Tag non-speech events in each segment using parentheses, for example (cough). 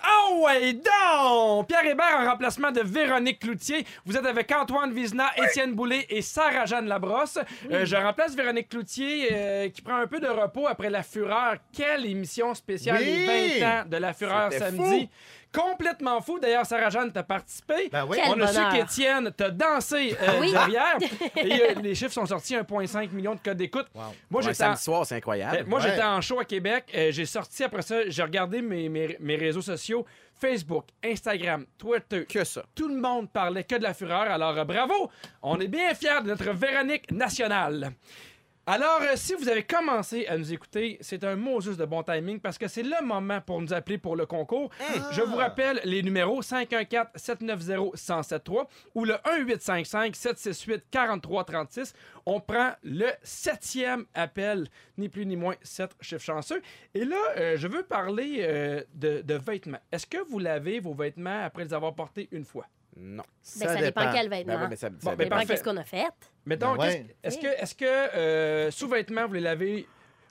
Ah ouais, donc! Pierre Hébert en remplacement de Véronique Cloutier. Vous êtes avec Antoine Vizna, Étienne Boulay et Sarah-Jeanne Labrosse. Euh, je remplace Véronique Cloutier euh, qui prend un peu de repos après La Fureur. Quelle émission spéciale, Oui! les 20 ans de La Fureur C'était samedi. Complètement fou. D'ailleurs, Sarah-Jeanne, t'as participé. Ben oui. Quel On a su bonheur. qu'Étienne t'a dansé euh, Oui. derrière. (laughs) Et euh, les chiffres sont sortis 1,5 million de codes d'écoute. Moi, Moi, j'ai j'étais en- samedi soir, c'est ben, incroyable. moi, Ouais. j'étais en show à Québec. Euh, j'ai sorti après ça, j'ai regardé mes, mes, mes réseaux sociaux Facebook, Instagram, Twitter. que ça. Tout le monde parlait que de la fureur. Alors, euh, bravo! On est bien fiers de notre Véronique nationale. Alors, euh, si vous avez commencé à nous écouter, c'est un mot juste de bon timing parce que c'est le moment pour nous appeler pour le concours. Je vous rappelle les numéros 514-790-1073 ou le 1855-768-4336. On prend le septième appel, ni plus ni moins sept chiffres chanceux. Et là, euh, je veux parler euh, de, de vêtements. Est-ce que vous lavez vos vêtements après les avoir portés une fois? Non. Ben, ça dépend quel vêtement. Ben oui, mais ça, ça Bon, ben, Mais dépend. parfait. qu'est-ce qu'on a fait? Mettons, Ben ouais. qu'est-ce- est-ce que, est-ce que euh, sous-vêtements, vous les lavez,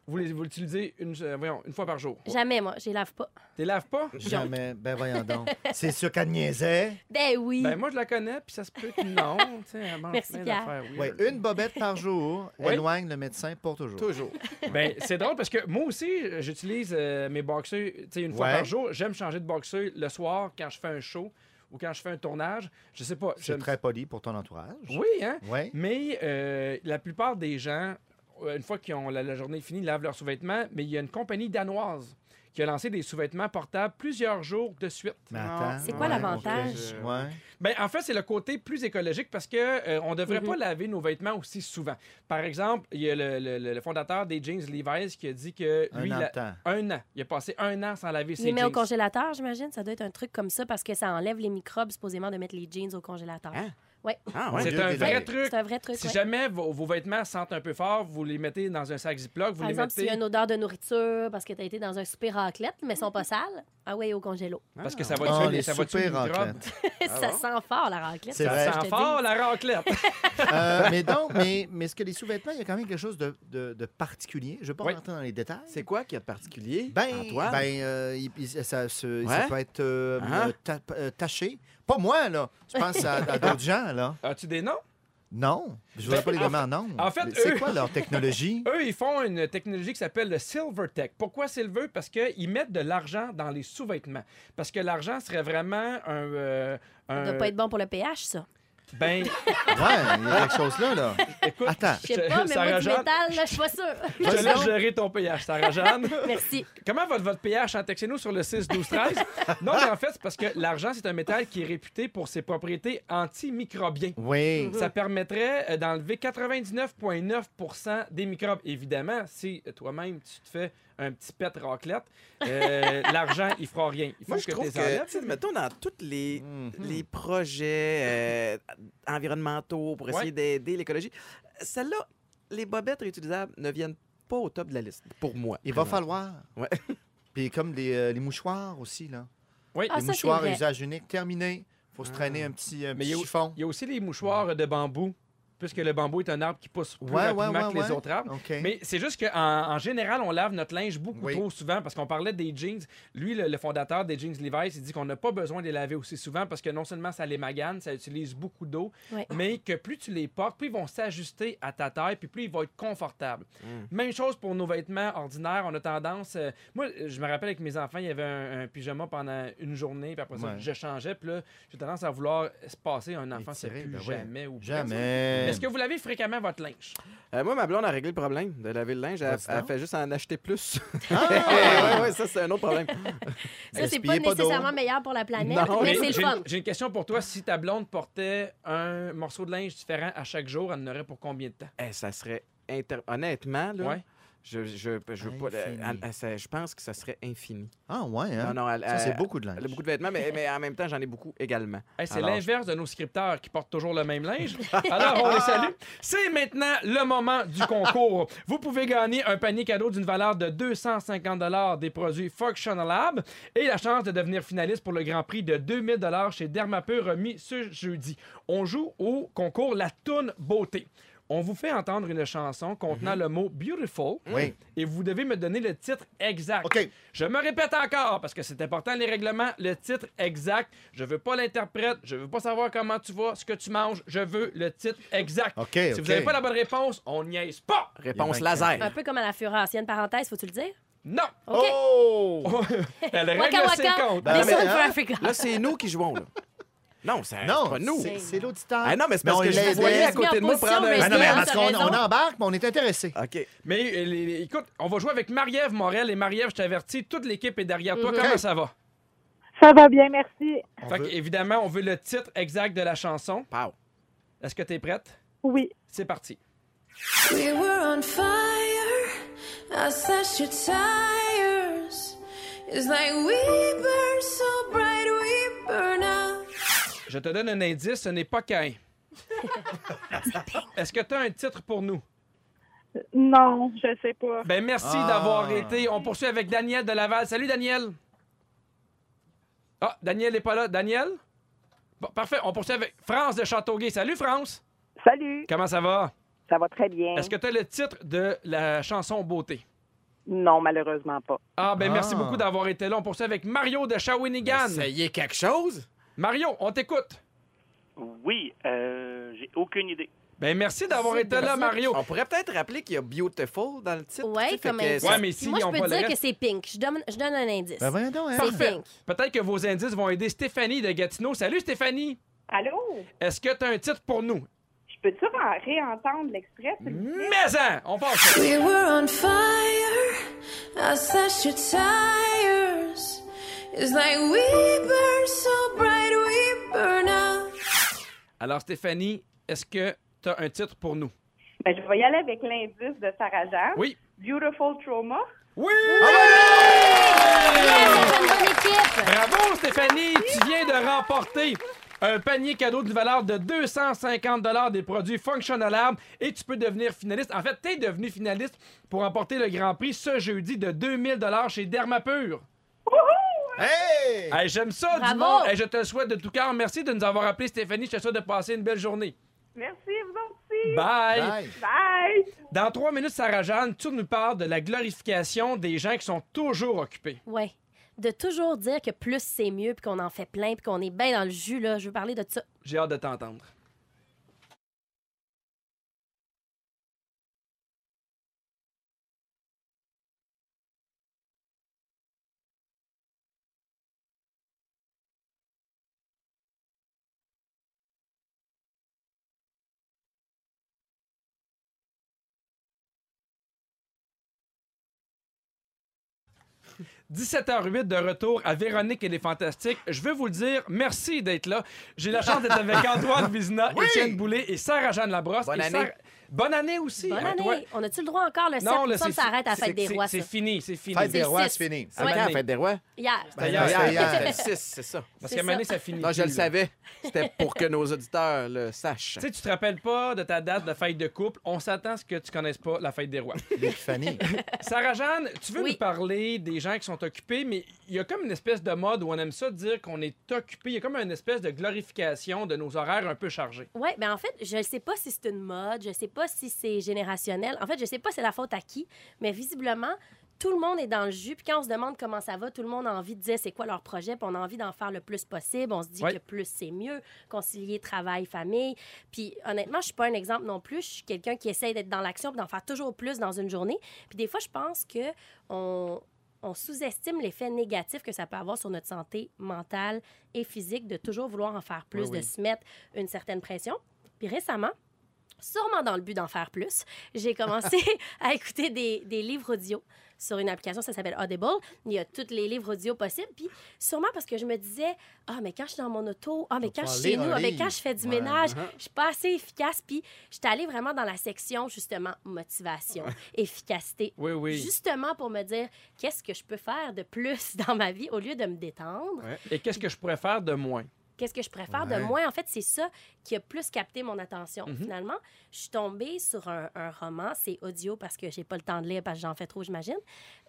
vous les vous l'utilisez une, euh, voyons, une fois par jour? Jamais, moi, je les lave pas. Tu les laves pas? Jamais. Ben voyons donc. C'est sûr qu'elle niaisait. Ben oui. Ben moi, je la connais, puis ça se peut que non. tu sais, elle mange Merci, plein Pierre. d'affaires Ouais, weird. une bobette par jour Oui. éloigne le médecin pour toujours. Toujours. (laughs) Ben, c'est drôle parce que moi aussi, euh, j'utilise euh, mes boxeurs tu sais, une fois Ouais. par jour. J'aime changer de boxeur le soir quand je fais un show ou quand je fais un tournage. Je sais pas. C'est j'aime- très poli pour ton entourage. Oui, hein? Ouais. Mais euh, la plupart des gens, euh, une fois qu'ils ont la, la journée finie, lavent leurs sous-vêtements. Mais il y a une compagnie danoise qui a lancé des sous-vêtements portables plusieurs jours de suite. Mais Non. attends. Ah, C'est quoi Ah, ouais, l'avantage? ok. Ouais. Ben, en fait, c'est le côté plus écologique parce que euh, on devrait Mhm. pas laver nos vêtements aussi souvent. Par exemple, il y a le, le- le- le fondateur des jeans Levi's qui a dit que Un lui, an la- de temps. un an. Il a passé un an sans laver Je ses les mets jeans. au congélateur, j'imagine. Ça doit être un truc comme ça parce que ça enlève les microbes, supposément, de mettre les jeans au congélateur. Hein? Ah, Mon ouais. C'est Dieu, un des vrai années. truc. C'est un vrai truc. Si ouais. jamais vos, vos vêtements sentent un peu fort, vous les mettez dans un sac Ziploc, vous Par les exemple, s'il y a mettez une odeur de nourriture parce que tu as été dans un super raclette, mais ils sont pas sales, ah ouais, au congélo. (laughs) parce que ça va Ah, tuer les- les ça va tuer les soupers microbes. raclette. Ah ça sent fort, la raclette. C'est ça, vrai. Ça je te sent dis. fort la raclette. (laughs) Euh, mais donc, mais, mais ce que les sous-vêtements, il y a quand même quelque chose de, de- de particulier. Je ne vais pas Oui. rentrer dans les détails. C'est quoi qu'il y a de particulier, Ben, Antoine? ben euh, il- il- ça, se- ça Ouais? peut être euh, Hein? euh, ta- euh, taché. Pas moi, là. Je pense à, à d'autres gens, là. As-tu des noms? Non. Je ne voudrais pas les nommer en nom. en fait, Mais c'est eux- quoi leur technologie? Eux, ils font une technologie qui s'appelle le Silver Tech. Pourquoi Silver? Parce qu'ils mettent de l'argent dans les sous-vêtements. Parce que l'argent serait vraiment un. euh, Ça un- doit pas être bon pour le pH, ça. Ben, (laughs) ouais, il y a quelque chose là, là. écoute, Attends. Je sais te- (laughs) pas, mais moi, du Sarah-Jeanne, métal, là, je suis pas sûre. (laughs) je te laisse gérer ton pH, Sarah-Jeanne. Merci. Comment va votre pH? hein? Textez-nous sur le 6, 12, 13. Non, mais en fait, c'est parce que l'argent, c'est un métal qui est réputé pour ses propriétés antimicrobiennes. Oui. Ça permettrait euh, d'enlever 99,9 des microbes. Évidemment, si euh, toi-même, tu te fais un petit pet raclette, euh, l'argent, il fera rien. Il faut Moi, je que tu trouve les que, enlèves. tu sais, mettons, dans tous les, les projets euh, environnementaux pour essayer Ouais. d'aider l'écologie, celle-là, les bobettes réutilisables ne viennent pas au top de la liste, pour moi. Il va Vraiment. falloir. Ouais. (laughs) Puis comme des, euh, les mouchoirs aussi, là. Oui, Ah, les ça, c'est mouchoirs à vrai. usage unique, terminé. faut se traîner un petit, un Ah. Mais petit il y a- chiffon. Il y a aussi les mouchoirs de bambou, puisque le bambou est un arbre qui pousse plus Ouais, ouais, rapidement ouais, que les ouais. autres arbres. OK. Mais c'est juste qu'en en, en général, on lave notre linge beaucoup Oui. trop souvent parce qu'on parlait des jeans. Lui, le, le fondateur des jeans Levi's, il dit qu'on n'a pas besoin de les laver aussi souvent parce que non seulement ça les magane, ça utilise beaucoup d'eau, Ouais. mais que plus tu les portes, plus ils vont s'ajuster à ta taille, puis plus ils vont être confortables. Mm. Même chose pour nos vêtements ordinaires. On a tendance. euh, moi, je me rappelle avec mes enfants, il y avait un, un pyjama pendant une journée, puis après ça, Ouais. je changeais, puis là, j'ai tendance à vouloir se passer un enfant, c'est Étirer, plus ben ouais. jamais ou Jamais. Est-ce que vous lavez fréquemment votre linge? Euh, moi, ma blonde a réglé le problème de laver le linge. Elle, Vas-y elle donc. fait juste en acheter plus. Ah! (laughs) ouais, ouais, ça, c'est un autre problème. Ça, c'est pas Gaspillez pas d'eau. nécessairement meilleur pour la planète, Non, mais mais c'est le j'ai, fun. j'ai une question pour toi. Si ta blonde portait un morceau de linge différent à chaque jour, elle en aurait pour combien de temps? Eh, ça serait. inter- Honnêtement, là, Ouais. je, je, je, veux pas- Infini. elle- elle- ça- je pense que ça serait infini. Ah, ouais, hein? Non, non, elle- Ça, Euh, c'est elle- beaucoup de linge. Elle a beaucoup de vêtements, mais, mais en même temps, j'en ai beaucoup également. Hey, c'est Alors, l'inverse de nos scripteurs qui portent toujours le même (laughs) linge. Alors, on les salue. C'est maintenant le moment du concours. Vous pouvez gagner un panier cadeau d'une valeur de 250 des produits Functional Lab et la chance de devenir finaliste pour le grand prix de 2000 chez Dermapur remis ce jeudi. On joue au concours La Toune Beauté. On vous fait entendre une chanson contenant le mot Beautiful Mhm. Oui. et vous devez me donner le titre exact. OK. Je me répète encore parce que c'est important les règlements, le titre exact. Je veux pas l'interprète, je veux pas savoir comment tu vas, ce que tu manges, je veux le titre exact. OK, Si OK. vous n'avez pas la bonne réponse, on niaise pas. Réponse Il y a vingt-quatre. laser. Un peu comme à la fureur. Ancienne parenthèse, faut-tu le dire? Non. OK. Oh! Elle Waka règle ses Waka, comptes. Ben, des mais, sons hein? for Africa. Là, c'est nous qui jouons, là. Non, c'est c'est Non, pas nous. c'est- c'est l'auditeur. Ah non, mais c'est parce on que je l'aidait. vous voyais à On se met en côté de moi position, prendre un mais Ah non, c'est- mais T'as parce qu'on raison. on embarque, mais on est intéressé. OK. Mais euh, les- les- écoute, on va jouer avec Marie-Ève Morel et Marie-Ève, je t'avertis, toute l'équipe est derrière toi. Mhm. Comment OK. ça va Ça va bien, merci. On Fait veut- évidemment, on veut le titre exact de la chanson. Pow. Est-ce que tu es prête Oui. C'est parti. We were on fire. I slash your tires. It's like we burn so bright, we burn out. Je te donne un indice, ce n'est pas Caïn. Est-ce que tu as un titre pour nous Non, je sais pas. Ben merci Ah. d'avoir été. On poursuit avec Daniel de Laval. Salut Daniel. Ah, Daniel n'est pas là. Daniel? Bon, parfait. On poursuit avec France de Châteauguay. Salut France. Salut, Comment ça va? ça va très bien. Est-ce que tu as le titre de la chanson Beauté? Non, malheureusement pas. Ah, ben merci Ah. beaucoup d'avoir été là. On poursuit avec Mario de Shawinigan. Ça y est, quelque chose? Mario, on t'écoute. Oui, euh, j'ai aucune idée. Ben merci d'avoir C'est été là, bien. Mario. On pourrait peut-être rappeler qu'il y a Beautiful dans le titre. tu Ouais, sais, fait comme que indice. ça- Ouais, mais Puis s'ils moi, je ont peux pas le dire que reste- c'est pink. Je donne, je donne un indice. Ben voyons donc, hein. c'est pink. Peut-être que vos indices vont aider Stéphanie de Gatineau. Salut Stéphanie. Allô? Est-ce que tu as un titre pour nous? Je peux-tu en- réentendre l'extrait? s'il vous plaît? (laughs) Mais hein, on passe. ça. We were on fire. I slash your tires. It's like we burn so bright, we burn out. Alors Stéphanie, est-ce que tu as un titre pour nous? Ben, je vais y aller avec l'indice de Sarah Jeanne. Oui. Ah Beautiful Trauma. Oui! Yes, ça fait une bonne équipe. Bravo Stéphanie, tu viens de remporter un panier cadeau de valeur de 250 des produits Functional Lab et tu peux devenir finaliste. En fait, tu es devenu finaliste pour remporter le Grand Prix ce jeudi de 2000 chez Dermapur. Hey! Hey, J'aime ça, du Bravo! monde. Hey, je te le souhaite de tout cœur. Merci de nous avoir appelé Stéphanie. Je te souhaite de passer une belle journée. Merci, vous aussi. Bye! Bye. Bye. Dans trois minutes, Sarah-Jeanne, tu nous parles de la glorification des gens qui sont toujours occupés. Ouais. De toujours dire que plus c'est mieux, puis qu'on en fait plein, puis qu'on est bien dans le jus, là. Je veux parler de ça. J'ai hâte de t'entendre. « 17h08 de retour à Véronique et les Fantastiques. Je veux vous le dire, merci d'être là. J'ai la chance d'être avec (laughs) Antoine Vizina, Étienne Boulay et Sarah-Jeanne Labrosse. Bonne Et année. Sarah- Bonne année aussi. Bonne hein, toi. année. On a-tu le droit encore le 7? Non, là, ça, c'est ça arrête à la c'est- fête des c'est- rois, ça. C'est fini, c'est fini. Fête C'est des rois, six. c'est fini. C'est quand la fête des rois? Hier. Ben, Ah, hier, Hier, hier, hier. c'était le 6, c'est ça. Parce c'est qu'à un moment ça. donné, ça finit. Non, plus, je le là. savais. C'était pour que nos auditeurs le sachent. Tu sais, tu te rappelles pas de ta date de fête de couple. On s'attend à ce que tu connaisses pas la fête des (laughs) rois. L'épiphanie. Sarah-Jeanne, tu veux Oui. nous parler des gens qui sont occupés, mais il y a comme une espèce de mode où on aime ça dire qu'on est occupé. Il y a comme une espèce de glorification de nos horaires un peu chargés. Oui, ben en fait, je ne sais pas si c'est une mode, je ne sais pas si c'est générationnel. En fait, je sais pas c'est la faute à qui, mais visiblement, tout le monde est dans le jus. Puis quand on se demande comment ça va, tout le monde a envie de dire c'est quoi leur projet, puis on a envie d'en faire le plus possible. On se dit Ouais. que plus c'est mieux, concilier travail, famille. Puis honnêtement, je suis pas un exemple non plus. Je suis quelqu'un qui essaye d'être dans l'action, puis d'en faire toujours plus dans une journée. Puis des fois, je pense que on, on sous-estime l'effet négatif que ça peut avoir sur notre santé mentale et physique de toujours vouloir en faire plus, Oui, oui. de se mettre une certaine pression. Puis récemment, Sûrement dans le but d'en faire plus, j'ai commencé à écouter des, des livres audio sur une application, ça s'appelle Audible. Il y a tous les livres audio possibles. Puis sûrement parce que je me disais, ah, mais quand je suis dans mon auto, ah, mais Faut quand je suis pas chez lire nous, un ah, mais livre. quand je fais du Ouais. ménage, Uh-huh. je suis pas assez efficace. Puis j'étais allée vraiment dans la section, justement, motivation, efficacité. Oui, oui. Justement pour me dire, qu'est-ce que je peux faire de plus dans ma vie au lieu de me détendre? Et qu'est-ce que je pourrais faire de moins? Qu'est-ce que je préfère Ouais. de moi? En fait, c'est ça qui a plus capté mon attention. Mhm. Finalement, je suis tombée sur un, un roman, c'est audio parce que j'ai pas le temps de lire parce que j'en fais trop, j'imagine.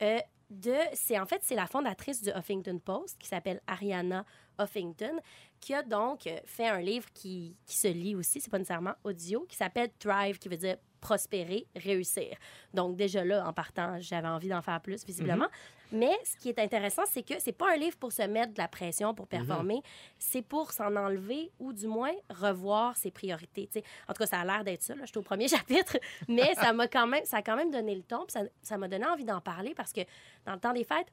Euh, de, c'est en fait c'est la fondatrice du Huffington Post qui s'appelle Ariana Huffington qui a donc euh, fait un livre qui, qui se lit aussi, c'est pas nécessairement audio, qui s'appelle Thrive, qui veut dire prospérer, réussir. Donc déjà là, en partant, j'avais envie d'en faire plus, visiblement. Mhm. Mais ce qui est intéressant, c'est que c'est pas un livre pour se mettre de la pression Mhm. pour performer, c'est pour s'en enlever ou du moins revoir ses priorités. tu sais. En tout cas, ça a l'air d'être ça. Là. Je suis au premier (laughs) chapitre, mais ça m'a quand même, ça a quand même donné le ton, puis ça- ça m'a donné envie d'en parler parce que dans le temps des fêtes,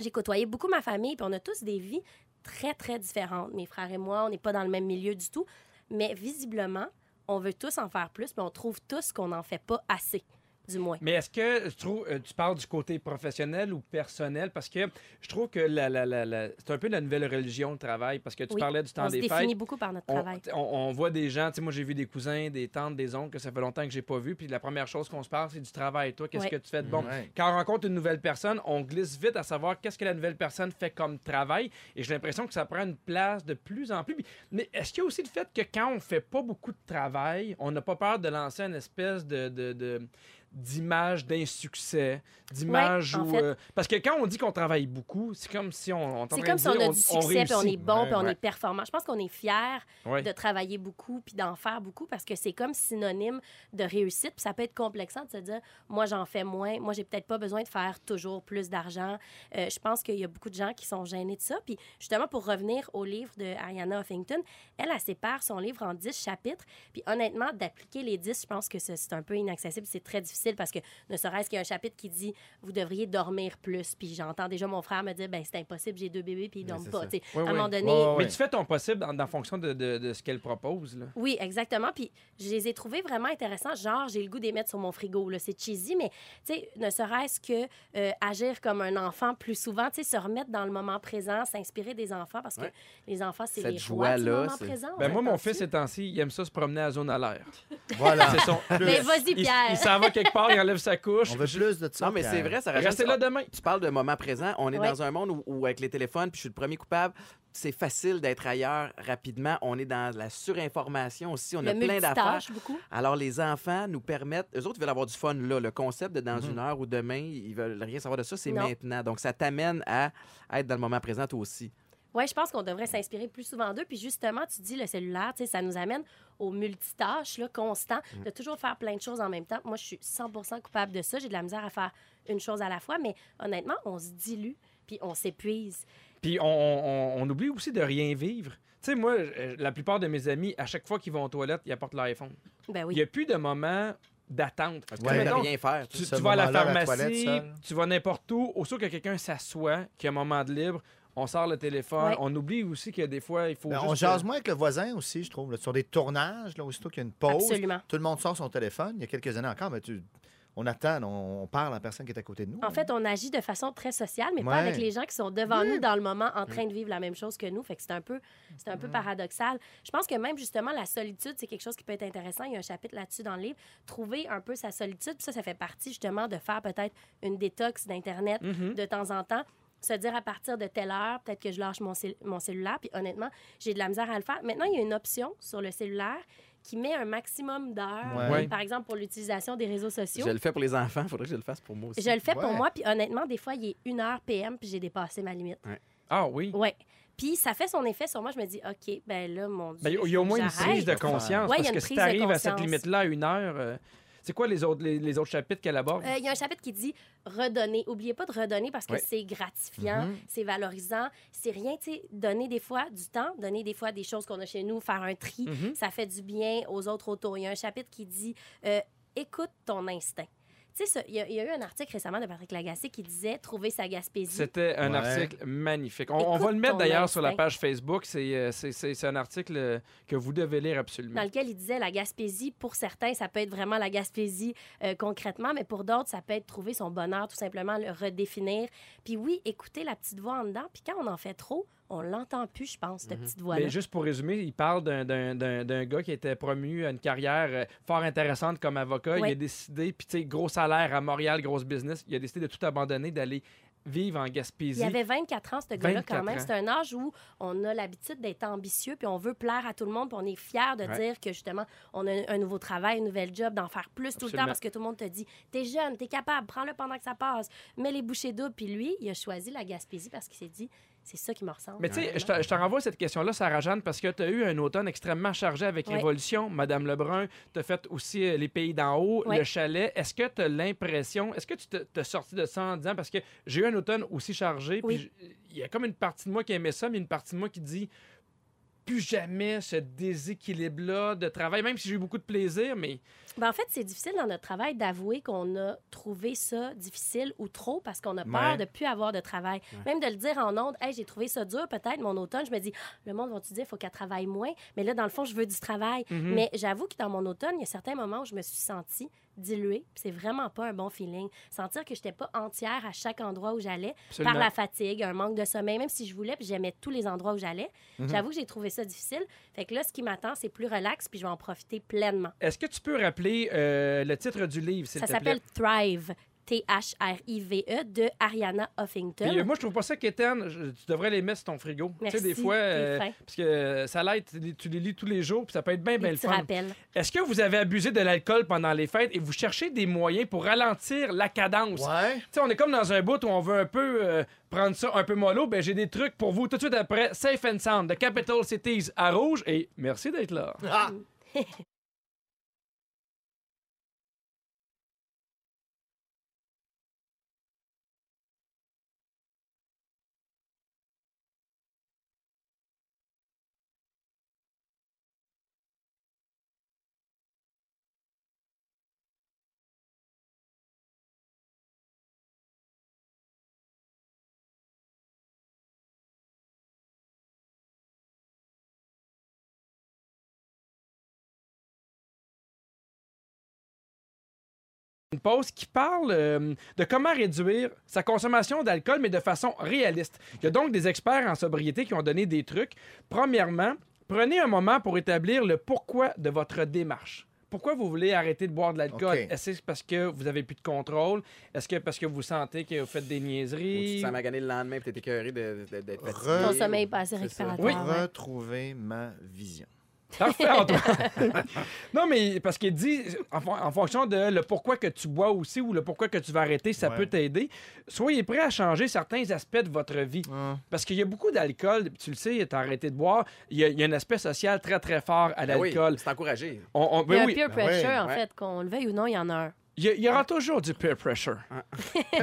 j'ai côtoyé beaucoup ma famille, puis on a tous des vies très, très différentes. Mes frères et moi, on n'est pas dans le même milieu du tout, mais visiblement, on veut tous en faire plus, puis on trouve tous qu'on n'en fait pas assez, du moins. Mais est-ce que je trouve, euh, tu parles du côté professionnel ou personnel? Parce que je trouve que la, la- la- la- c'est un peu la nouvelle religion, le travail, parce que tu Oui, parlais du temps on des se définit fêtes. beaucoup par notre on, travail. t- on- on voit des gens, tu sais, moi j'ai vu des cousins, des tantes, des oncles que ça fait longtemps que j'ai pas vu, puis la première chose qu'on se parle, c'est du travail. Toi, qu'est-ce Ouais. que tu fais de bon? Ouais. Quand on rencontre une nouvelle personne, on glisse vite à savoir qu'est-ce que la nouvelle personne fait comme travail, et j'ai l'impression que ça prend une place de plus en plus. Puis- Mais est-ce qu'il y a aussi le fait que quand on fait pas beaucoup de travail, on n'a pas peur de lancer une espèce de... de- de- d'image d'insuccès, d'image Ouais, en où... fait- euh, parce que quand on dit qu'on travaille beaucoup, c'est comme si on... on est en C'est train comme de si on dire, a du succès, puis on est réussit. bon, puis on Ouais. est performant. Je pense qu'on est fier Ouais. de travailler beaucoup, puis d'en faire beaucoup, parce que c'est comme synonyme de réussite. Puis ça peut être complexant de se dire, moi, j'en fais moins, moi, j'ai peut-être pas besoin de faire toujours plus d'argent. Euh, je pense qu'il y a beaucoup de gens qui sont gênés de ça. Puis justement, pour revenir au livre de Ariana Huffington, elle, elle sépare son livre en 10 chapitres. Puis honnêtement, d'appliquer les 10, je pense que ce- c'est un peu inaccessible, c'est très difficile, parce que ne serait-ce qu'il y a un chapitre qui dit, vous devriez dormir plus. Puis j'entends déjà mon frère me dire, ben c'est impossible, j'ai deux bébés, puis ils dorment Ben, c'est pas. ça. tu sais. Oui, à un oui. moment donné, Mais tu fais ton possible en, en fonction de, de- de ce qu'elle propose. Là. oui, exactement. Puis je les ai trouvés vraiment intéressants. Genre, j'ai le goût d'émettre sur mon frigo. Là. C'est cheesy, mais tu sais, ne serait-ce que euh, agir comme un enfant plus souvent, tu sais, se remettre dans le moment présent, s'inspirer des enfants, parce que Ouais. les enfants, c'est Cette les rois du joie-là, moment c'est- Ah présent. Ben on moi, mon s'entend-tu? fils, ces temps-ci, il aime ça se promener à la zone à l'air. Voilà. C'est (laughs) son- Ben, vas-y, Il- Pierre. Il, s'en va quelque part, il enlève sa couche. On veut plus de ça. Non, mais c'est Pierre. vrai, ça Restez là demain. Tu parles de moment présent. On est euh, Ouais. dans un monde où, où avec les téléphones, puis je suis le premier coupable, c'est facile d'être ailleurs rapidement. On est dans la surinformation aussi. On le a plein d'affaires. multitâche, beaucoup. Alors, les enfants nous permettent, eux autres, ils veulent avoir du fun là. Le concept de Mm-hmm. dans une heure ou demain, ils veulent rien savoir de ça, c'est Non. maintenant. Donc, ça t'amène à être dans le moment présent toi aussi. Oui, je pense qu'on devrait s'inspirer plus souvent d'eux. Puis justement, tu dis le cellulaire, tu sais, ça nous amène au multitâche là, constant, Mm. de toujours faire plein de choses en même temps. Moi, je suis 100 coupable de ça. J'ai de la misère à faire une chose à la fois, mais honnêtement, on se dilue, puis on s'épuise. Puis on, on- on oublie aussi de rien vivre. Tu sais, moi, euh, la plupart de mes amis, à chaque fois qu'ils vont aux toilettes, ils apportent leur iPhone. Ben Il oui. n'y a plus de moment d'attente. Parce Ouais. que tu mettons, peux rien faire. tu Tu, Ce tu vas à la moment-là, à la pharmacie, toilette, seul. tu vas n'importe où. Au que quelqu'un s'assoit, qu'il y a un moment de libre, on sort le téléphone. Ouais. On oublie aussi que des fois, il faut Ben, juste... euh, on jase moins avec le voisin aussi, je trouve. là. Sur des tournages, là, aussitôt qu'il y a une pause, Absolument. tout le monde sort son téléphone. Il y a quelques années encore, mais tu- on attend, on, on parle à la personne qui est à côté de nous. En fait, on agit de façon très sociale, mais pas Ouais. Mmh. avec les gens qui sont devant nous dans le moment en train de vivre la même chose que nous. Fait que c'est un peu, c'est un Mmh. peu paradoxal. Je pense que même justement la solitude, c'est quelque chose qui peut être intéressant. Il y a un chapitre là-dessus dans le livre. Trouver un peu sa solitude, Puis ça, ça fait partie justement de faire peut-être une détox d'internet Mmh. Mhm. de temps en temps. Se dire à partir de telle heure, peut-être que je lâche mon, cell- mon cellulaire. Puis honnêtement, j'ai de la misère à le faire. Maintenant, il y a une option sur le cellulaire qui met un maximum d'heures, Ouais. Ouais. par exemple pour l'utilisation des réseaux sociaux. Je le fais pour les enfants, faudrait que je le fasse pour moi aussi. Je le fais pour Ouais. moi, puis honnêtement, des fois, il est 1h PM, puis j'ai dépassé ma limite. Ah oui. Ouais. Puis ça fait son effet sur moi. Je me dis, OK, ben là, mon Dieu. Ben, il y a au moins une j'arrête. prise de Faut faire. conscience. Ouais, il y a parce une que si prise de t'arrives à cette conscience. limite-là à une heure, euh, c'est quoi les autres, les, les autres chapitres qu'elle aborde? Euh, Il y a un chapitre qui dit redonner. Oubliez pas de redonner parce que Ouais. c'est gratifiant, Mm-hmm. c'est valorisant, c'est rien, tu sais, donner des fois du temps, donner des fois des choses qu'on a chez nous, faire un tri, Mhm. ça fait du bien aux autres autour. Il y a un chapitre qui dit euh, écoute ton instinct. Tu sais, ça- il y, a- il y a eu un article récemment de Patrick Lagacé qui disait Trouver sa Gaspésie. C'était un Ouais. article magnifique. On, on Écoute va le mettre ton d'ailleurs sur la instinct. page Facebook. C'est, euh, C'est c'est- c'est un article euh, que vous devez lire absolument. dans lequel il disait la Gaspésie, pour certains, ça peut être vraiment la Gaspésie euh, concrètement, mais pour d'autres, ça peut être trouver son bonheur, tout simplement le redéfinir. Puis oui, écouter la petite voix en dedans. Puis quand on en fait trop, on l'entend plus, je pense, cette petite voix-là. Mais juste pour résumer, il parle d'un- d'un- d'un d'un gars qui était promu à une carrière euh, fort intéressante comme avocat. Il Ouais. a décidé, puis tu sais, gros salaire à Montréal, grosse business, il a décidé de tout abandonner, d'aller vivre en Gaspésie. Il avait 24 ans, ce gars-là, quand 24 même. ans. C'est un âge où on a l'habitude d'être ambitieux, puis on veut plaire à tout le monde, puis on est fier de Ouais. dire que, justement, on a un nouveau travail, un nouvel job, d'en faire plus tout le Absolument. temps, parce que tout le monde te dit T'es jeune, t'es capable, prends-le pendant que ça passe, mets les bouchées doubles. Puis lui, il a choisi la Gaspésie parce qu'il s'est dit C'est ça qui me ressemble. Mais tu sais, vraiment. je te- je te renvoie cette question-là, Sarah Jeanne, parce que tu as eu un automne extrêmement chargé avec Ouais. Révolution, Madame Lebrun, tu as fait aussi euh, Les Pays d'en haut, Ouais. Le Chalet. Est-ce que tu as l'impression, est-ce que tu te- t'es sorti de ça en disant, parce que j'ai eu un automne aussi chargé, puis Oui. je- il y a comme une partie de moi qui aimait ça, mais une partie de moi qui dit plus jamais ce déséquilibre-là de travail, même si j'ai eu beaucoup de plaisir, mais Ben, en fait, c'est difficile dans notre travail d'avouer qu'on a trouvé ça difficile ou trop parce qu'on a peur Ouais. de plus avoir de travail. Même de le dire en ondes, hey, j'ai trouvé ça dur peut-être mon automne, je me dis le monde va tu dire faut qu'elle travaille moins, mais là dans le fond, je veux du travail. Mhm. Mais j'avoue que dans mon automne, il y a certains moments où je me suis sentie diluée, puis c'est vraiment pas un bon feeling. Sentir que j'étais pas entière à chaque endroit où j'allais Absolument. par la fatigue, un manque de sommeil, même si je voulais, puis j'aimais tous les endroits où j'allais. J'avoue que j'ai trouvé ça difficile. Fait que là ce qui m'attend, c'est plus relax, puis je vais en profiter pleinement. est-ce que tu peux rappeler euh, le titre du livre, s'il Ça te plaît? s'appelle Thrive, T-H-R-I-V-E, E de Ariana Huffington. Puis, euh, moi, je trouve pas ça qu'éterne. Je- Tu devrais les mettre sur ton frigo. Tu sais, des Merci, fois, t'es euh, fin. parce que euh, ça l'aide, tu les- tu les lis tous les jours, puis ça peut être bien, bien Des le petits fun. rappels. Est-ce que vous avez abusé de l'alcool pendant les fêtes et vous cherchez des moyens pour ralentir la cadence? Ouais. Tu sais, on est comme dans un bout où on veut un peu euh, prendre ça un peu mollo. Ben, j'ai des trucs pour vous tout de suite après. Safe and Sound, de Capital Cities à Rouge, et merci d'être là. Ah! une pause qui parle euh, de comment réduire sa consommation d'alcool, mais de façon réaliste. Il y a donc des experts en sobriété qui ont donné des trucs. Premièrement, prenez un moment pour établir le pourquoi de votre démarche. Pourquoi vous voulez arrêter de boire de l'alcool? Ok. Est-ce que c'est parce que vous avez plus de contrôle? Est-ce que parce que vous sentez que vous faites des Ou tu te niaiseries? sens magané le lendemain, puis t'es écœuré de- de- d'être Re- fatigué. Ton sommeil est pas assez C'est ça. récupératoire. ouais. Retrouver ma vision. Parfait, Antoine. (laughs) non, mais parce qu'il dit, en, fon- en fonction de le pourquoi que tu bois aussi ou le pourquoi que tu vas arrêter, ça Ouais. peut t'aider. Soyez prêt à changer certains aspects de votre vie. Ah. Parce qu'il y a beaucoup d'alcool, tu le sais, t'as arrêté de boire, il y, a- il y a un aspect social très, très fort à Ben oui, l'alcool. c'est encouragé. On- on- Il y a ben un oui, peer Ben pressure, ouais, en ouais. fait, qu'on le veuille ou non, il y en a un. il y, a- il y aura toujours du peer pressure. Ah,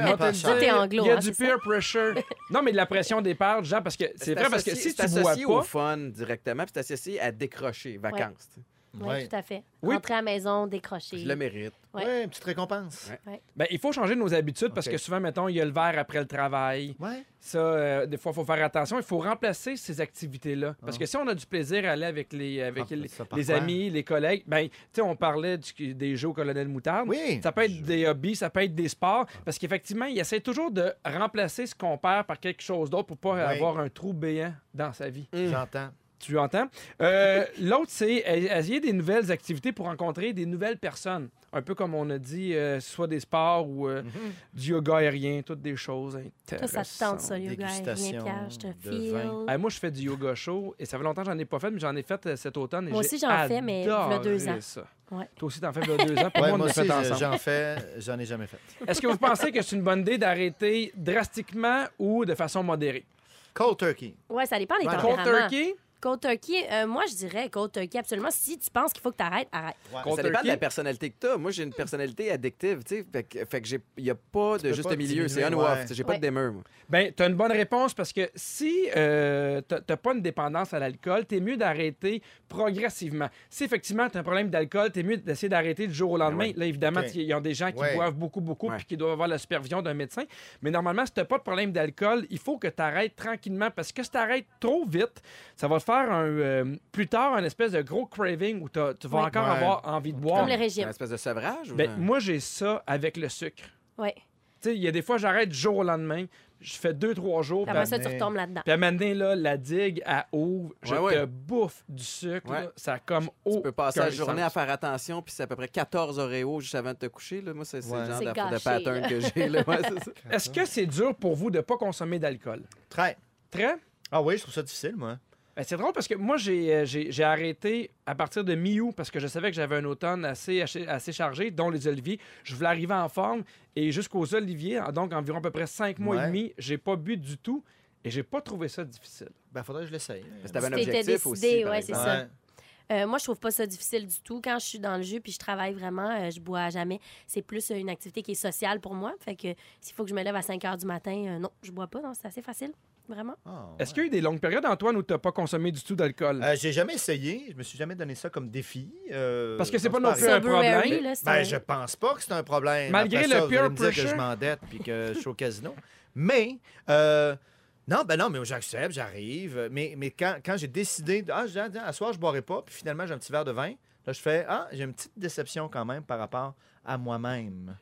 Moi, pas te cher. le t'es dis, anglo, Il y a hein, du c'est peer pressure. Non, mais de la pression des parts, genre, parce que c'est vrai, parce que associé- si tu c'est bois associé au pas, fun directement, puis c'est associé à décrocher, vacances. Oui, Mm. Ouais. tout à fait. Oui. Rentrer à la maison, décrocher. Je le mérite. Ouais. Ouais, une petite récompense. ben, il faut changer nos habitudes parce Ok. que souvent, mettons, il y a le verre après le travail. Ouais. Ça, euh, des fois, il faut faire attention. Il faut remplacer ces activités-là. Parce que si on a du plaisir à aller avec les, avec Ah, les, ça par les quoi? amis, les collègues, ben, tu sais, on parlait du- des jeux au colonel Moutarde. Oui. (laughs) Ça peut être des hobbies, ça peut être des sports, parce qu'effectivement, il essaie toujours de remplacer ce qu'on perd par quelque chose d'autre pour pas Oui. avoir un trou béant dans sa vie. J'entends. Tu entends? Euh, (laughs) L'autre, c'est euh, essayer des nouvelles activités pour rencontrer des nouvelles personnes. Un peu comme on a dit, euh, soit des sports ou euh, Mm-hmm. du yoga aérien, toutes des choses Toi, intéressantes. ça te tente, ça, yoga. Dégustation Viens, Pierre, je te de feel. vin. Euh, moi, je fais du yoga chaud et ça fait longtemps que j'en ai pas fait, mais j'en ai fait euh, cet automne. Et Moi j'ai aussi, j'en fais, mais adoré v'là deux ans. ça. Ouais. Toi aussi, t'en fais v'là deux ans. Pour Ouais, moi, on moi l'a aussi, fait je- ensemble. j'en fais, j'en ai jamais fait. Est-ce que vous pensez que c'est une bonne idée d'arrêter drastiquement ou de façon modérée? Cold turkey. Ouais, ça dépend des Voilà. Cold tempéraments. turkey? Cold turkey, euh, moi, je dirais cold turkey, absolument. Si tu penses qu'il faut que tu arrêtes, arrête. Ça dépend de la personnalité que t'as. Moi, j'ai une personnalité addictive, tu sais. Fait que, fait que j'ai, y a pas de peux juste pas milieu. C'est diminuer, on ou off. ouais. tu sais, J'ai pas Ouais. de démeur, moi. Ben, t'as une bonne réponse parce que si euh, t'as t'as pas une dépendance à l'alcool, t'es mieux d'arrêter progressivement. Si effectivement t'as un problème d'alcool, t'es mieux d'essayer d'arrêter du jour au lendemain. Là, évidemment, Ok. il y a des gens qui Ouais. boivent beaucoup, beaucoup, Ouais. puis qui doivent avoir la supervision d'un médecin. Mais normalement, si t'as pas de problème d'alcool, il faut que t'arrêtes tranquillement parce que si t'arrêtes trop vite, ça va te faire un, euh, plus tard un espèce de gros craving où t'as- tu vas Ouais. encore Ouais. avoir envie de boire. Comme le régime. Une espèce de sevrage. ou Ben, un- moi, j'ai ça avec le sucre. Oui. Tu sais, il y a des fois, j'arrête du jour au lendemain, je fais deux, trois jours. Après puis à ça, tu matin- retombes là-dedans. Puis à maintenant, là, la digue, à ouvre, je Ouais, ouais. te bouffe du sucre, Ouais. là, ça a comme au. Tu peux passer la journée à faire attention, puis c'est à peu près 14 oreos juste avant de te coucher. Là. Moi, c'est c'est Ouais. le genre C'est d'aff- de, gâché, pattern là. que j'ai. là. (laughs) Ouais, c'est ça. Est-ce que (laughs) c'est dur pour vous de ne pas consommer d'alcool? Très. Très? Ah oui, je trouve ça difficile, moi. Ben, c'est drôle parce que moi, j'ai, euh, j'ai, j'ai arrêté à partir de mi-août parce que je savais que j'avais un automne assez, assez, assez chargé, dont les oliviers. Je voulais arriver en forme et jusqu'aux oliviers, en- donc environ à peu près cinq mois Ouais. et demi, j'ai pas bu du tout et j'ai pas trouvé ça difficile. Ben, faudrait que je l'essaye. Parce Si t'étais décidé, ouais, c'est ça. Euh, moi, je trouve pas ça difficile du tout. Quand je suis dans le jeu puis je travaille vraiment, euh, je bois à jamais. C'est plus euh, une activité qui est sociale pour moi. Fait que s'il faut que je me lève à 5 heures du matin, euh, non, je bois pas. Non, c'est assez facile, vraiment. Est-ce qu'il y a eu des longues périodes, Antoine, où tu n'as pas consommé du tout d'alcool? Ah, Euh, j'ai jamais essayé, je me suis jamais donné ça comme défi. euh, Parce que c'est donc pas non plus un pareil. problème. Soberary, là, c'est- Ben, je pense pas que c'est un problème. Malgré Après le ça, vous allez peer me dire que pressure. je m'endette puis que (laughs) je suis au casino. Mais euh, non, ben non, mais j'accepte, j'arrive. Mais, mais quand, quand j'ai décidé, de- ah, je dis, ah, tiens, à soir je boirai pas, puis finalement j'ai un petit verre de vin. Là, je fais ah, j'ai une petite déception quand même par rapport à moi-même.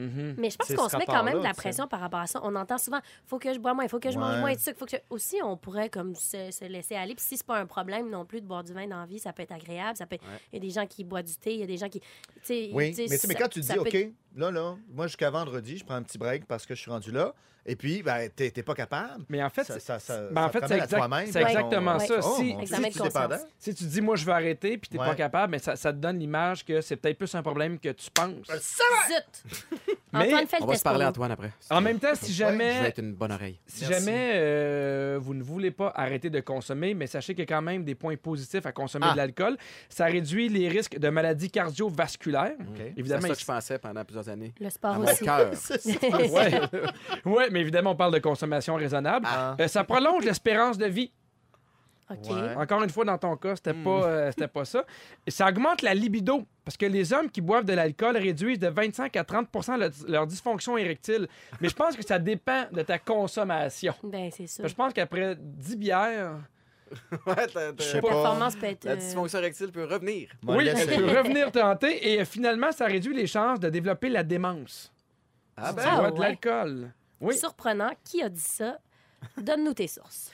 Mais je pense C'est qu'on ce se met quand même de la rapport-là, tu sais. pression par rapport à ça. On entend souvent faut que je bois moins, faut que je mange Ouais. moins de sucre, faut que je... aussi on pourrait comme se, se laisser aller. Puis si c'est pas un problème non plus de boire du vin dans la vie, ça peut être agréable, ça peut être- Ouais. il y a des gens qui boivent du thé, il y a des gens qui tu sais, Oui, tu sais, mais, tu sais, mais ça- quand tu te ça dis, peut OK, être- là, là, moi, jusqu'à vendredi, je prends un petit break parce que je suis rendu là, et puis, ben, t'es t'es pas capable. Mais en fait, ça, ça, ça, Ben, en ça te fait, c'est ramène à exact- toi-même, c'est dans ton- exactement ça. Oh, si, mon Dieu, si, tu es dépendant. tu dis, moi, je veux arrêter, puis t'es pas Ouais. capable, mais ça, ça te donne l'image que c'est peut-être plus un problème que tu penses. Mais- Antoine, fais le On va test se parler, pour nous. Antoine, après. En même temps, si jamais. Je vais être une bonne oreille. Si jamais euh, vous ne voulez pas arrêter de consommer, mais sachez qu'il y a quand même des points positifs à consommer Ah. de l'alcool. Ça réduit les risques de maladies cardiovasculaires. Évidemment, c'est Évidemment, ça que je pensais pendant plusieurs années. Le sport À mon aussi. (laughs) cœur. ouais. (laughs) Ouais, mais évidemment, on parle de consommation raisonnable. Ah. Euh, ça prolonge l'espérance de vie. OK. Ouais. Hmm. Encore une fois, dans ton cas, c'était pas, euh, c'était pas ça. Et ça augmente la libido parce que les hommes qui boivent de l'alcool réduisent de 25 à 30 leur, leur dysfonction érectile. Mais je pense que ça dépend de ta consommation. Ben, c'est sûr. Je pense qu'après 10 bières. Je sais pas. performance peut être, La euh, dysfonction rectile peut revenir. Oui, elle peut revenir tenter et euh, finalement, ça réduit les chances de développer la démence. Ah Si ben. tu bois Ah de ouais. l'alcool. Oui. Surprenant, qui a dit ça Donne-nous tes sources.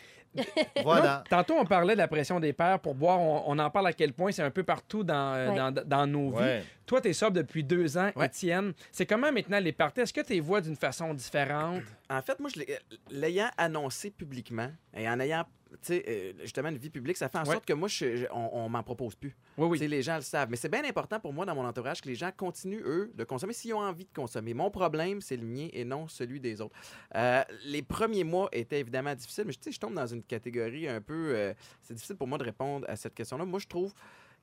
Non, tantôt, on parlait de la pression des pères pour boire. On, on en parle à quel point c'est un peu partout dans, euh, Ouais. dans, dans nos vies. Ouais. Toi, t'es sobre depuis deux ans, Étienne. C'est comment maintenant les parties? Est-ce que tu les vois d'une façon différente? En fait, moi, je l'ai- l'ayant annoncé publiquement et en ayant tu sais, euh, justement une vie publique, ça fait en Ouais. sorte que moi, je- je- on, on m'en propose plus. Tu sais, Les gens le savent. Mais c'est bien important pour moi dans mon entourage que les gens continuent, eux, de consommer s'ils ont envie de consommer. Mon problème, c'est le mien et non celui des autres. Euh, les premiers mois étaient évidemment difficiles, mais tu sais, je tombe dans une catégorie un peu... euh, c'est difficile pour moi de répondre à cette question-là. Moi, je trouve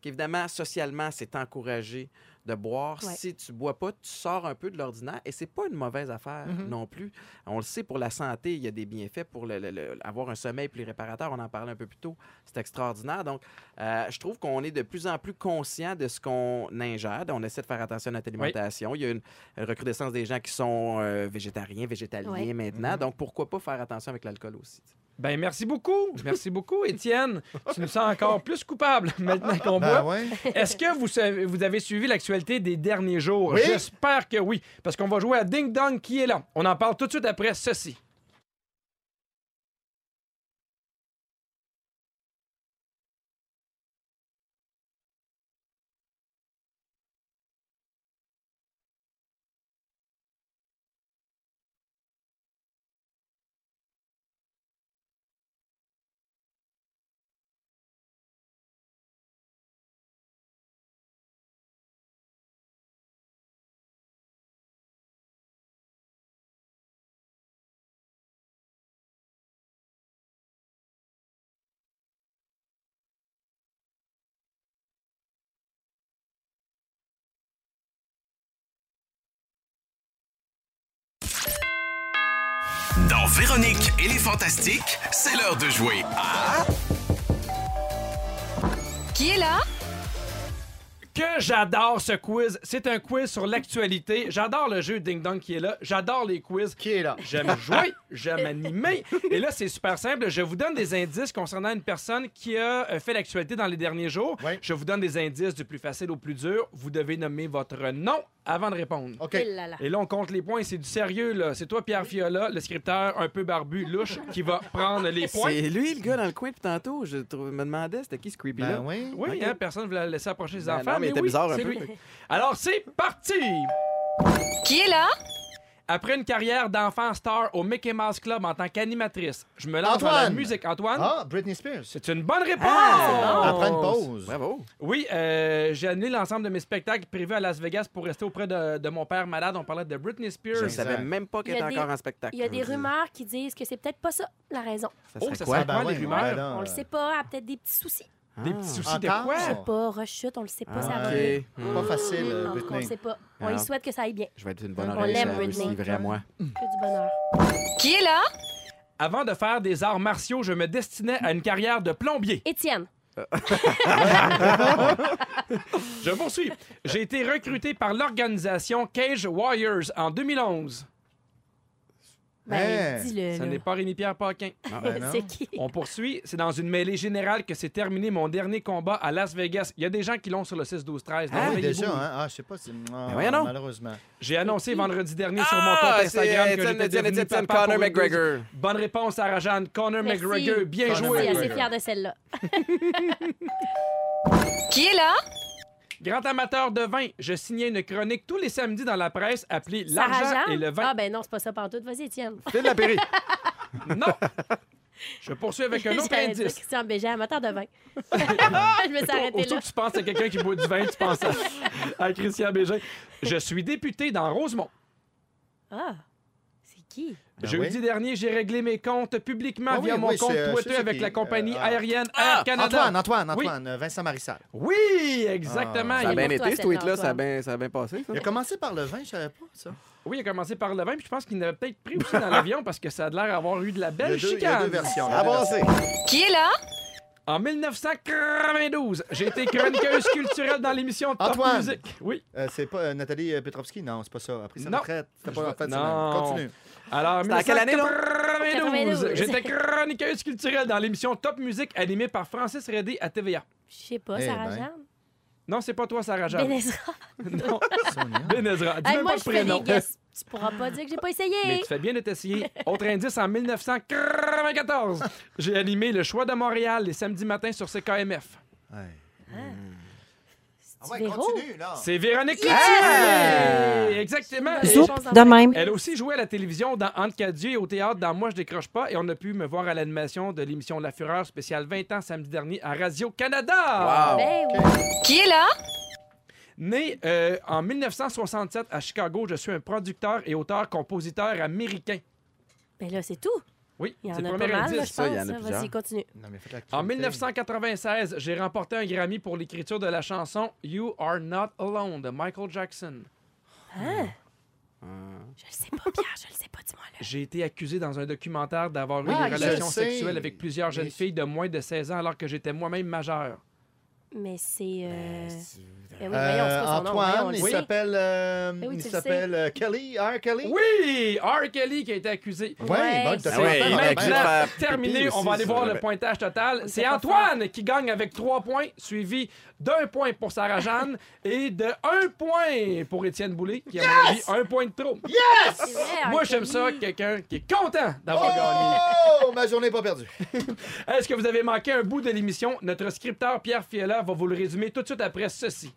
qu'évidemment, socialement, c'est encouragé de boire. Ouais. Si tu bois pas, tu sors un peu de l'ordinaire et c'est pas une mauvaise affaire Mhm. non plus. On le sait, pour la santé, il y a des bienfaits pour le- le- le- avoir un sommeil plus réparateur. On en parlait un peu plus tôt. C'est extraordinaire. Donc, euh, je trouve qu'on est de plus en plus conscient de ce qu'on ingère. On essaie de faire attention à notre alimentation. Il y a une une recrudescence des gens qui sont euh, végétariens, végétaliens Ouais. maintenant. Donc, pourquoi pas faire attention avec l'alcool aussi? Ben merci beaucoup. Merci beaucoup, Étienne. tu nous sens encore plus coupable (laughs) maintenant qu'on Ben boit. (laughs) ouais. Est-ce que vous, savez- vous avez suivi l'actualité des derniers jours? Oui. J'espère que oui, parce qu'on va jouer à Ding Dong qui est là. On en parle tout de suite après ceci. Dans Véronique et les Fantastiques, c'est l'heure de jouer à... Qui est là? Que j'adore ce quiz. C'est un quiz sur l'actualité. J'adore le jeu Ding Dong qui est là. J'adore les quiz. Qui est là? (laughs) J'aime jouer, j'aime animer. Et là, c'est super simple. Je vous donne des indices concernant une personne qui a euh, fait l'actualité dans les derniers jours. Je vous donne des indices du plus facile au plus dur. Vous devez nommer votre nom avant de répondre. OK. Et là là. Et là, on compte les points. C'est du sérieux, là. C'est toi, Pierre Fiola, le scripteur un peu barbu, louche, qui va prendre les points. C'est lui, le gars dans le coin depuis tantôt. Je trou- me demandais c'était qui ce creepy-là. Ben oui. Oui, hein, personne ne voulait laisser approcher les Ben enfants. non, mais il était oui, bizarre un c'est peu. lui. Alors, c'est parti! Qui est là? Après une carrière d'enfant star au Mickey Mouse Club en tant qu'animatrice, je me lance dans la Antoine. musique. Antoine? Ah, Britney Spears. C'est Oh, une bonne réponse! Ah, Après une pause. Bravo. Oui, euh, j'ai annulé l'ensemble de mes spectacles privés à Las Vegas pour rester auprès de, de mon père malade. On parlait de Britney Spears. Je savais même pas Il y a des- Il y a des rumeurs qui disent que c'est peut-être pas ça la raison. Oh, ça serait quoi, les ben rumeurs? On le sait pas, elle a peut-être des petits soucis. Des petits soucis de Encore? quoi? Je sais pas, rechute, on le sait pas, Ah, ça va. ok. Mm. Pas facile, euh, En tout cas, On Britney. le sait pas. On Ah. Alors. lui souhaite que ça aille bien. Je vais être une bonne On oreille. l'aime, ça Britney. aussi, vraiment. Que du bonheur. Qui est là? Avant de faire des arts martiaux, je me destinais à une carrière de plombier. Étienne. Je poursuis. J'ai été recruté par l'organisation Cage Warriors en 2011. Ben, dis-le. Hein? Ça là. n'est pas Rémi-Pierre Paquin. Ah, ben non. C'est qui? On poursuit. C'est dans une mêlée générale que s'est terminé mon dernier combat à Las Vegas. Il y a des gens qui l'ont sur le 6-12-13. Ah, Donc, déjà, réveillez-vous. hein? Ah, je sais pas. C'est... Ah, Ben voyons donc. malheureusement. J'ai annoncé vendredi dernier sur mon Ah, compte c'est Instagram que Étienne, j'étais Étienne, devenu Étienne, papa Conor pour une McGregor. douze- Bonne réponse, Sarah Jeanne. Conor Merci. McGregor, bien Merci, joué. assez fière de celle-là. Qui est là? Grand amateur de vin, je signais une chronique tous les samedis dans la presse appelée Sarah L'argent Jeanne? et le vin. Ah ben non, c'est pas ça pantoute. Vas-y, Étienne. Phil Lapéry. (laughs) Non! Je poursuis avec (laughs) un autre J'allais dire indice. Christian Béger, amateur de vin. Je me suis arrêtée Aussitôt là. que tu penses à quelqu'un qui boit du vin, tu penses à, à Christian Bégin. Je suis député dans Rosemont. Ah, c'est qui? Jeudi dernier, j'ai réglé mes comptes publiquement Ben Ah oui, via mon oui, compte c'est, euh, Twitter c'est ça avec qui- la compagnie euh, ah. aérienne Air Canada. Antoine, Antoine, Oui. Antoine, euh, Vincent Marissal. Oui, exactement. Ah, Ça a Il- bien pour toi, été, ce celle-là, tweet-là. Ça a Antoine. bien, ça a bien passé, ça. Il a commencé par le vin, je savais pas ça. Oui, il a commencé par le vin, puis je pense qu'il n'avait peut-être pris aussi dans l'avion parce que ça a l'air d'avoir eu de la belle Il y a deux- il y chicane. a deux versions, il y a deux Avancez. Qui est là? En 1992, j'ai été chroniqueuse culturelle dans l'émission Top Antoine. Music. Oui. Euh, c'est pas euh, Nathalie euh, Petrovski? Non, c'est pas ça. Après, sa Non. retraite. C'était pas en fin de Non. semaine. Continue. Alors, C'était à quelle année, là? 1992, 92. j'étais chroniqueuse culturelle dans l'émission Top Music animée par Francis Redé à TVA. Je sais pas, Eh Sarah ben. Jeanne. Non, c'est pas toi, Sarah Ah, Jeanne. Benezra. Non, Sonia. Benezra. Dis Hey, même moi, pas je le fais des prénom. guests. Tu pourras pas dire que j'ai pas Mais essayé. tu fais bien de t'essayer. Autre indice, en 1994, j'ai animé Le Choix de Montréal les samedis matins sur CKMF. Ouais. Ah ouais, Véro? continue, là. C'est Véronique Yes! Loutier! Exactement! J'ai Et- bonne chance d'en- Elle a aussi joué à la télévision dans Anne Cadieux et au théâtre dans Moi, je décroche pas. Et on a pu me voir à l'animation de l'émission La Fureur spéciale 20 ans samedi dernier à Radio-Canada. Wow. Ah, Ben oui. Qui est là? Né euh, en 1967 à Chicago, je suis un producteur et auteur-compositeur américain. Ben là, c'est tout. Oui, Il y en c'est a le pas premier mal, là, je indice. pense. Ça, il y en a là. Vas-y, plusieurs. continue. Non, mais faites l'actualité. En 1996, j'ai remporté un Grammy pour l'écriture de la chanson You Are Not Alone de Michael Jackson. Hein? Je le sais pas, Pierre, je le sais pas, dis-moi là. J'ai été accusé dans un documentaire d'avoir eu Ah, des je relations sais. sexuelles avec plusieurs jeunes Mais- filles de moins de 16 ans alors que j'étais moi-même majeur. Mais c'est. euh, Ben oui, voyons, c'est Euh, pas son nom, voyons, on Antoine, le il sait. s'appelle. euh, Ben oui, il tu le sais. s'appelle euh, Kelly. R. Kelly. Oui! R. Kelly qui a été accusé. Oui, Ouais, ben, bon, t'as Ah fait ouais, ben, longtemps, il on a m'a bien- dit- Maintenant, faire terminé, pipi on aussi, va aller ça, voir ben. le pointage total. C'est c'est pas Antoine qui gagne avec 3 points, suivi d'un point pour Sarah Jeanne et de 1 point pour Étienne Boulay, qui a mon avis, un point de trop. C'est vrai, Moi, R. j'aime ça, Kelly. quelqu'un qui est content d'avoir gagné. Oh, ma journée est pas perdue. Est-ce que vous avez manqué un bout de l'émission? Notre scripteur Pierre Fiella va vous le résumer tout de suite après ceci.